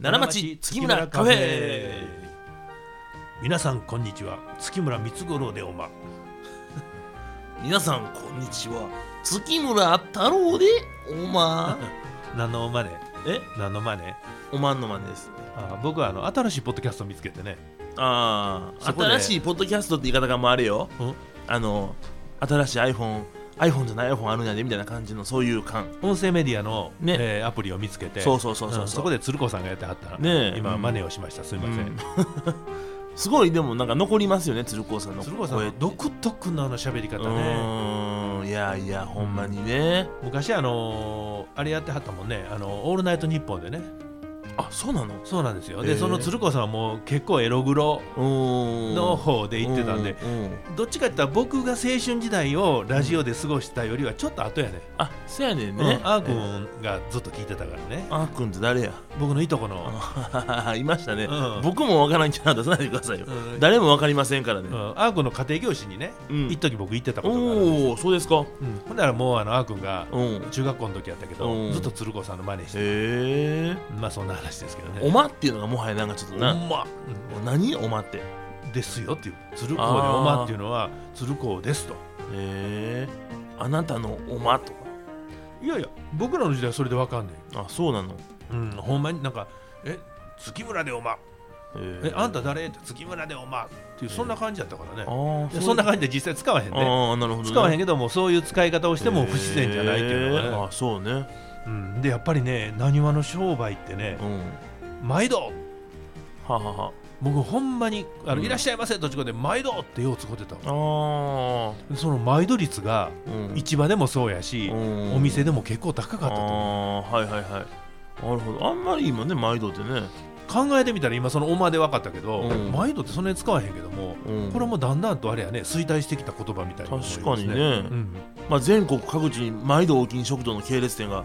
奈良町月村カフェ皆さんこんにちは月村光五郎でおま皆さんこんにちは月村太郎でお ま何のおまねえ何のまねおまんのまねですあ僕はあの新しいポッドキャストを見つけてねああそこで新しいポッドキャストって言い方がもうあれよあの新しい iPhone iPhone じゃない iPhone あるんやでみたいな感じのそういう感音声メディアの、ねえーアプリを見つけてそうそうそうそうそうんそこで鶴子さんがやってはったら、ねえ今うんマネをしましたすいません、うん すごいでもなんか残りますよね鶴光さんの鶴子さん声の独特なあの喋りう方ねーんいやいやほんまにね昔あのーあれやってはったもんね「あのオールナイトニッポン」でねあそうなのそうなんですよへでえその鶴子さんはもう結構エログロうーんの方で行ってたんで、うんうんどっちかって言ったら僕が青春時代をラジオで過ごしたよりはちょっと後やね、あそやねんうねんあーくんがずっと聞いてたからねあーくんって誰や僕のいとこの、 いましたね、うん僕もわからんキャラ出さないでくださいよ、うん誰もわかりませんからね、うん、あーくんの家庭教師にね、うん一時僕行ってたことがあるんですおおそうですかうんほんならもうあのあーくんがうんへ中学校の時やったけうどんずっと鶴子さんの真似してえまあそんな話ですけどねおまっていうのがもはやなんかちょっとな、おま何おまってへうんですよっていう鶴子でおまっていうのは鶴子ですとえあなたのおまとかいやいや僕らの時代はそれでわかんない、あそうなのうん、ほんまになんかえ月村でおまええあんた誰って月村でおまっていうそんな感じだったからね、あーでうそんな感じで実際使わへんあねーなるほどね、使わへんけどもそういう使い方をしても不自然じゃないっていうのへがーねあそうねうん、でやっぱりねなにわの商売ってねうん毎度ははは僕ほんまにあの、うんいらっしゃいませ」とちこで「毎度」ってよう使ってたわあその毎度率があうん市場でもそうやし、おお店でも結構高かったと思うああーはいはいはいなるほどあんまり今ね毎度ってね、考えてみたら今そのおまで分かったけど、うん毎度ってそんなに使わへんけども、うんこれもだんだんとあれやね衰退してきた言葉みたいな思います確かにねうんまあ、全国各地に毎度大きい食堂の系列店が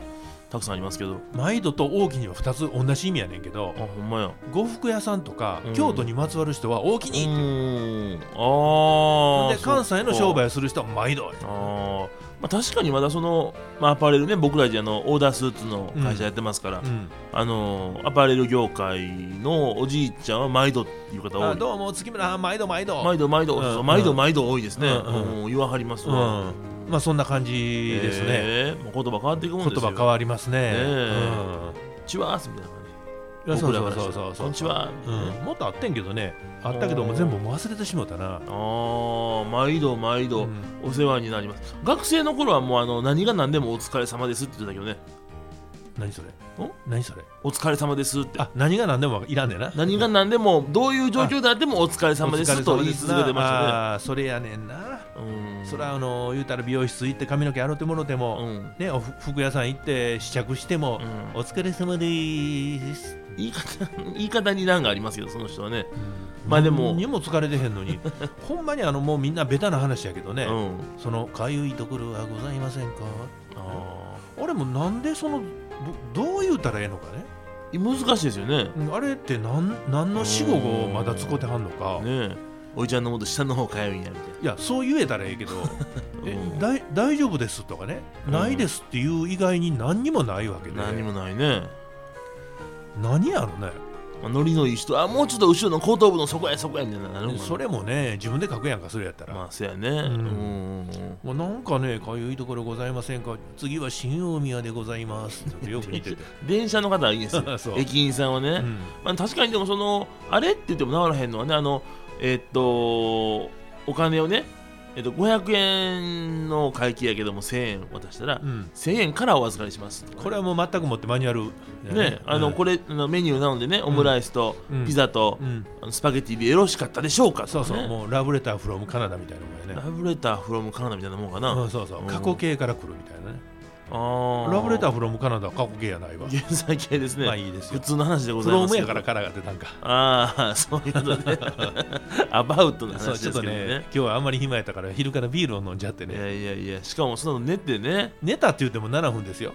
たくさんありますけど毎度と大きには2つ同じ意味やねんけどあほんまや呉服屋さんとか、うん京都にまつわる人は大きうに、ーんああで関西の商売あをする人は毎度やあー、まあ、確かにまだその、まあ、アパレルね僕らであのオーダースーツの会社やってますから、うんあのアパレル業界のおじいちゃんは毎度っていう方多あいどうも月村毎度毎度毎度毎度、うんそう毎度毎度多いですね、うんうんうん言わはりますうんわ、まあそんな感じですね、えーもう言葉変わっていくもん言ですよ葉変わりますね、えうんチワースみたいな感じいやそう僕らそかうらしたそらうそうそうこんにちはうん、もっとあってんけどねあったけどもうん全部もう忘れてしまったなああ毎度毎度うんお世話になります、学生の頃はもうあの何が何でもお疲れ様ですって言ってたけどね何それお何それお疲れ様ですってあ何が何でもいらんねんな何が何でもどういう状況であってもお疲れお様疲れですと言い続けてましたねそれやねんなしたねうんそれはあの言うたら美容室行って髪の毛洗ってもろても、うんね、おふ服屋さん行って試着しても、うんお疲れ様でーす、言い方言い方に難がありますけどその人はねままああででももにも疲れてへん のにほんまにあのもうみんなベタな話やけどね、うんそのかゆいところはございませんかああれもなんでそのどどう言うたらええのかねー難しいですよねねうんあれってなん何の死後をまだ使ってはんのか、えおいちゃんのこと下の方通いんやみたいいやそう言えたらええけ どえうんだい大丈夫ですとかね、うんないですっていう以外に何にもないわけでな何もないね何やろねまあノリのいい人あもうちょっと後ろの後頭部のそこやそこやみたいななるもんそれもね自分で書くやんかそれやったら、まあそやねうんんうんもうなんかねかゆいところございませんか次は新大宮でございますってよく似 てて、電車の方はいいんですよ そう駅員さんはね、うんまあ、確かにでもそのあれって言っても治らへんのはねあのえっとお金をね、えっと、500円の会計やけども1000円渡したら、うん1000円からお預かりしますとかねこれはもう全くもってマニュアルやね、あのこれあのメニューなのでねオムライスとうんピザと、うんうんあのスパゲティでよろしかったでしょうかとか、そうそね、う、もうラブレターフロムカナダみたいなもんやねラブレターフロムカナダみたいなもんかな、うん、そうそう、うん過去形から来るみたいなねあラブレターーフロムカナダは過去形やないわ現在形ですね、まあいいです普よ通の話でごフざいロますムけやどからからが出たんかああそういうことねアバウトなそう話ちょっですとけどねね今日はあんまり暇やったから昼からビールを飲んじゃっていねやいやいやしかもそんなの寝てね寝たって言っても7分ですよ、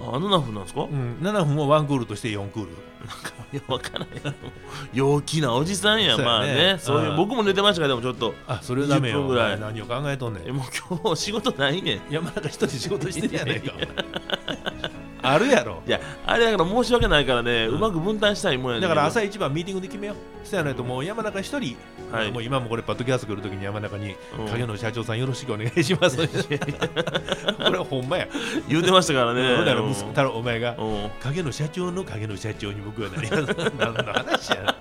あのナフなんですか、ういん、7分を1クールとして4クールや分からへんの陽気なおじさんやそうやねまあねそういううん僕も寝てましたからでもちょっとあそれはダメ20よ分ぐらい何を考えとんねん えもう今日仕事ないねん山中一人仕事してるやないかあるやろいやあれだから申し訳ないからね、ううんまく分担したいもんやねんだけどから朝一番ミーティングで決めようそやないともう山中一人、はいもう今もこれパッドキャスト来るときに山中にうん影の社長さんよろしくお願いしますこれはほんまや 言うてましたから ねほんなら息子たらお前がうんうん影の社長の影の社長に僕はなります何の話や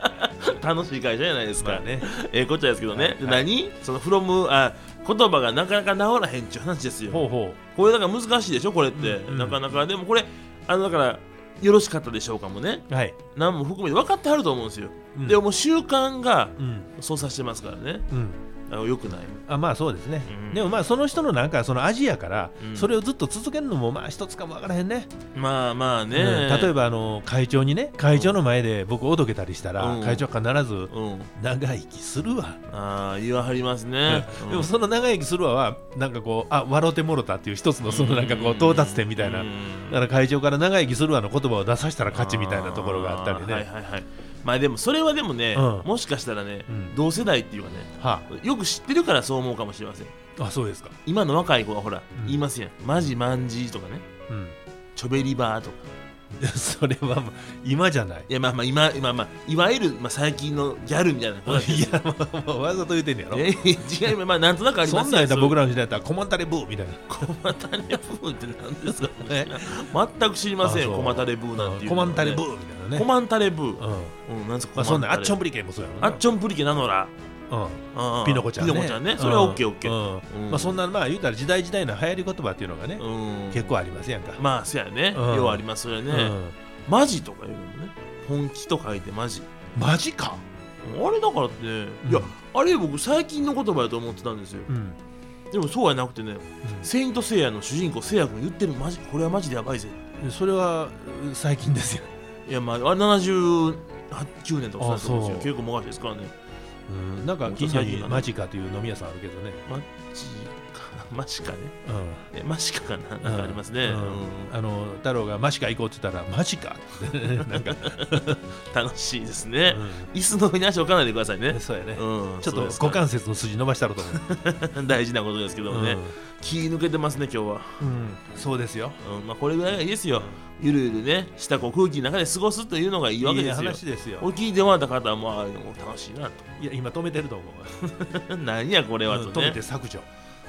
な楽しい会社じゃないですか、まあねええこっちゃですけどね、はいで何その from あ言葉がなかなか治らへんっちゅう話ですよほうほこれだから難しいでしょこれって、うんうんなかなかでもこれあのだからよろしかったでしょうかもねうはい、何も含めて分かってはると思うんですよ、うんでもう習慣がうん操作してますからねうんあのよくないあまあそうですね、うんでもまあその人のなんかその味やから、うんそれをずっと続けるのもまあ一つかもわからへんねまあまあね、うん例えばあの会長にね会長の前で僕おどけたりしたら、うん会長は必ずうん長生きするわ、ああ言わはりますね、うんでもその長生きするわはなんかこうあ笑うてもろたっていう一つのそのなんかこう到達点みたいな、うんだから会長から長生きするわの言葉を出させたら勝ちみたいなところがあったりね、ーはいはいはいまあでもそれはでもね、うんもしかしたらね、うん同世代っていうかねはよく知ってるからそう思うかもしれませんあ、あそうですか、今の若い子はほら、うん言いますやんマジマンジーとかねうんチョベリバーとかそれはもう今じゃないいやまあまあ今今、まあ、いわゆる、まあ、最近のギャルみたいな子なんですいよやもうもうわざと言うてんねやろいやいや違うまあなんとなくありそますんなんやったら僕ららの時代だったらコマンタレブーみたいなコマタレブーって何ですかね全く知りませんあよそうコマタレブーなんていうコマンタレブーーみたいなねコマンタレブーうんうんなんすかまあそんなんアッチョンプブリケンもそうやもんリアッチョンプリケなのらョンうんピノコちゃんねピノコちゃんねそれはオッケーオッケーーうんまあそんなまあ言うたら時代時代の流行り言葉っていうのがねうん結構ありますやんかまあそやねうんようありますようねんマジとか言うのもね本気と書いてマジマジかあれだからってねいやあれ僕最近の言葉やと思ってたんですようんでもそうやなくてねセイントセイヤの主人公セイヤ君言ってるマジこれはマジでやばいぜうんそれはうん最近ですよいやまああれ79年とかあそうですそうよ結構昔ですからねうんなんか近所にマジかという飲み屋さんあるけどねマジかマジかねうんえマジかかななんかありますね、うんうんあの太郎がマジか行こうって言ったらマジかって なんか楽しいですね、う椅子の上に足を置かないでくださいねん、そうやねうん、ちょっそうとですか股関節の筋伸ばしたろと思う大事なことですけどもね、うん気抜けてますね今日は、うん、そうですよ。うんまあ、これぐらいがいいですよゆるゆるねしたこう空気の中で過ごすというのがいいわけですよ話ですよ。お聞いてもらった方はもうあもう楽しいなと いや、今止めてると思う。何やこれはうとん止めねて削除。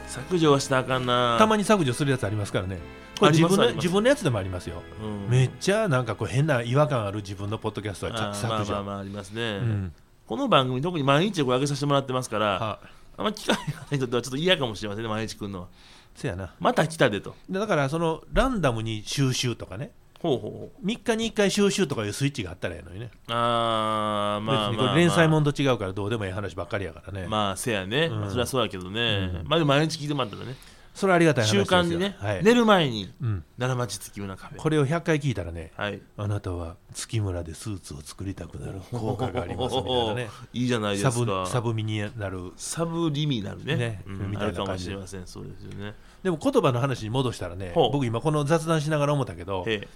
削除はしたらあかんなたまに削除するやつありますからね。これあり自ます分あのります自分のやつでもありますよ。うんめっちゃなんかこう変な違和感ある自分のポッドキャストはあ削ーまあ削まあ除。まあありますね、うんこの番組特に毎日これ上げさせてもらってますからあ、あんま機会がない人にとってはちょっと嫌かもしれませんね毎日来るのはせやな。また来たでとでだからそのランダムに収集とかね。ほうほうほう3日に1回収集とかいうスイッチがあったらやのにね。あーまあ別にまこあ、まれあ、連載もんと違うからどうでもいい話ばっかりやからね。まあせやね、うんそれはそうやけどね、うんまあでも毎日聞いてもらったらねそれはありがたい話習ですよ。慣にね、はい。寝る前にうん。奈良町月夜のカフェこれを100回聞いたらね、はいあなたは月村でスーツを作りたくなる効果がありますみたいな ねいいじゃないですサかブサブミになるサブリミナルねねうんみあたるいな感じでかもしれませんそうですよねでも言葉の話に戻したらねほう僕今この雑談しながら思ったけどええ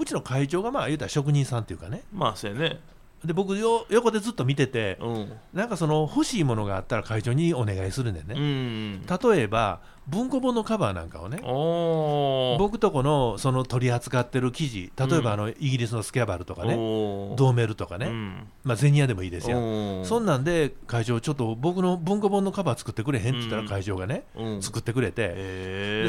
うちの会長がまあ言うたら職人さんっていうかねまあそうやねで僕よ横でずっと見ててうんなんかその欲しいものがあったら会長にお願いするんだようね例んえば文庫本のカバーなんかをねおー僕とこのその取り扱ってる記事例えばあのイギリスのスキャバルとかねおードーメルとかうねんまあゼニアでもいいですよおーそんなんで会長ちょっと僕の文庫本のカバー作ってくれへんって言ったら会長がねうん作ってくれてへで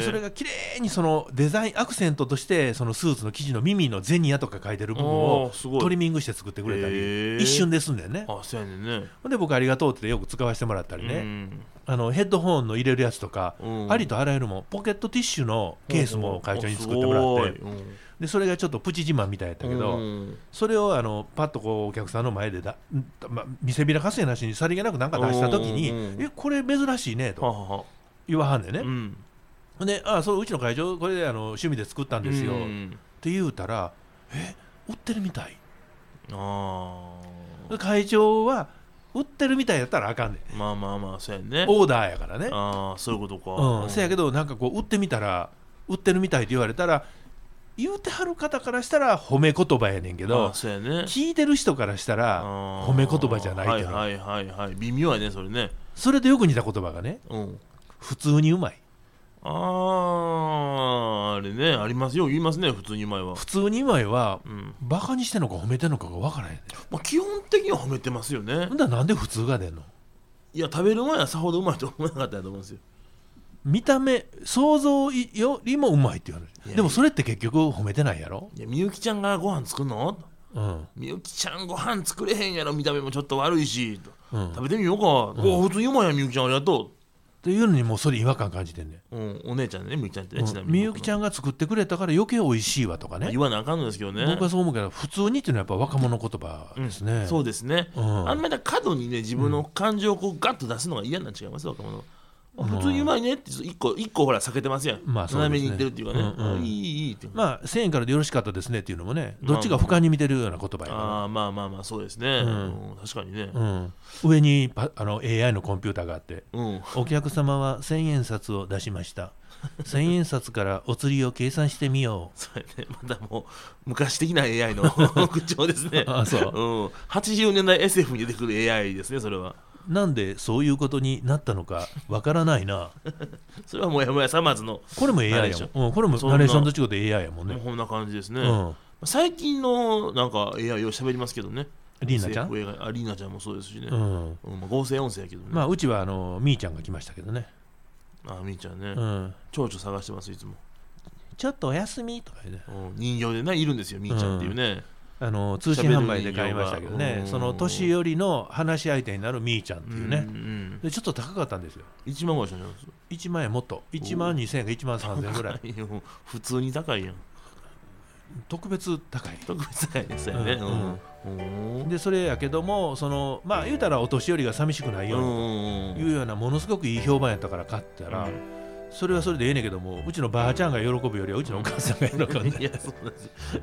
えそれが綺麗にそのデザインアクセントとしてそのスーツの生地の耳のゼニアとか書いてる部分おをーすごいトリミングして作ってくれたへりー一瞬ですんだよねあそうやねんねほんで僕ありがとうってよく使わせてもらったりうねんあのヘッドホンの入れるやつとかうんありとあらゆるもんポケットティッシュのケースも会長に作ってもらってでそれがちょっとプチ自慢みたいやったけどどそれをあのパッとこうお客さんの前でだ、んま、見せびらかせなしにさりげなくなんか出した時にうんうんう「んえこれ珍しいね」はとはは言わはんでねうんほんであそううちの会長これあの趣味で作ったんですよ」うんって言うたらえ売ってるみたいああ会長は売ってるみたいやったらあかんねんまあまあまあそうやねオーダーやからねああそういうことかうんせやけどなんかこう売ってみたら売ってるみたいって言われたら言うてはる方からしたら褒め言葉やねんけあどあそうやね聞いてる人からしたらああ褒め言葉じゃないけどはいはいはいはい微妙やねそれねそれとよく似た言葉がねうん普通にうまいあーあれねありますよ言いますね普通に前は、普通に今はうんバカにしてんのか褒めてんのかが分からへんねまあ、基本的には褒めてますよねほんだらなんで普通が出んのいや食べる前はさほどうまいと思わなかったと思うんですよ見た目想像よりもうまいって言わいれやるでもそれって結局褒めてないやろいやみゆきちゃんがご飯作るのうんみゆきちゃんご飯作れへんやろ見た目もちょっと悪いしとうん食べてみようか、うんお普通にうまいやんみゆきちゃんありがとというのにもうそれ違和感感じてんねんう、うん、お姉ちゃんねみゆきちゃんってね、ちなうんみにみゆきちゃんが作ってくれたから余計美味しいわとかまあね言わなあかんのですけどね僕はそう思うけど普通にっていうのはやっぱ若者言葉ですね、そうですね、うんあんまりだ過度にね自分の感情をこうガッと出すのが嫌なん違います若者はあ普通にうまいねって一個一個ほら避けてますやん、まあそうですね斜めにいってるっていうかね、うんうんあいいいいいいって、まあ1000円からでよろしかったですねっていうのもねまあどっちが俯瞰に見てるような言葉やかああまあまあまあそうですね、んうん確かにねら、うん、上にパあの AI のコンピューターがあってうんお客様は千円札を出しま した千円札からお釣りを計算してみよそうやね、またもう昔的な AI の口調ですね。、あそうん80年代 SF に出てくる AI ですね、それは。うなんでそういうことになったのかわからないなそれはもやもやさまずの、これもナレ AI ーやションもん、うん、これもそんなナレーションと違って AI やもんもうねこんな感じですね。うん最近のなんか AI を喋りますけどね。リーナちゃん、 SF 映画あリーナちゃんもそうですしね。うん、うんまあ、合成音声やけどね。まあうちはあのみーちゃんが来ましたけどね、あ、みーちゃんね、うん、蝶々探してます、いつも。ちょっとお休みとかねうん人形でね、いるんですよ、みーちゃんっていうね。あの通信販売で買いましたけど喋る人形ねがその年寄りの話し相手になるみーちゃんっていうね、んんでちょっと高かったんですよ1万ぐらいしたんじゃないです1万円もっと1万2000円か1万3000円ぐらいか いや普通に高いやん。特別高い特別高いですよね。ううんんうんでそれやけどもそのまあ言うたらお年寄りが寂しくないようにんいうようなものすごくいい評判やったから買ったらうんそれはそれでええねんけどもうちのばあちゃんが喜ぶよりはうちのお母さんが喜んいでやそうなんで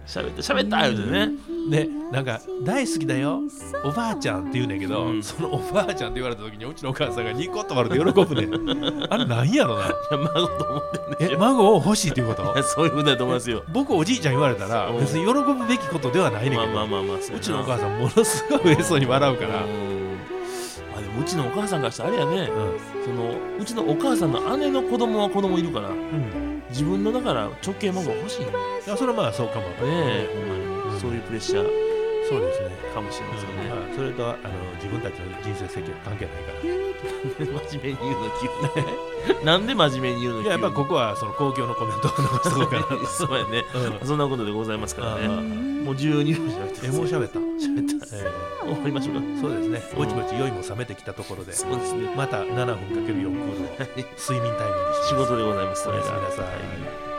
すよ喋った喋った言うてねでなんか「大好きだよおばあちゃん」って言うねんけど、うんそのおばあちゃんって言われた時にうちのお母さんがニコッと笑って喜ぶね んあれなんやろないや孫と思ってんでしえょ孫を欲しいっていうこといやそういうことだと思いますよ僕おじいちゃん言われたらそう別に喜ぶべきことではないねんまけあど、まあまあまあううちのおさ母さんものすごい嬉しそうに笑うから、まあでもうちのお母さんからしたらあれやねうんそのうちのお母さんの姉の子供は子供いるからうん、自分のだから直系孫欲しいよねいやそれはまあそうかもえほんまにそういうプレッシャーそうですねかもしれませんねまあ、それとはあの自分たちの人生設計と関係ないか真面目に言うの急に なんで真面目に言うのら急いにややっぱここはその公共のコメントを残しとこうか そうやねな、うん、そんなことでございますからねあもう12分喋ってえもう喋った、喋 ったえー終わりましょうかそうですねぼちぼち酔いも冷めてきたところでそうですねまた7分かける4クールをはい睡眠タイムにして仕事でございますそおれやすがみなさはいい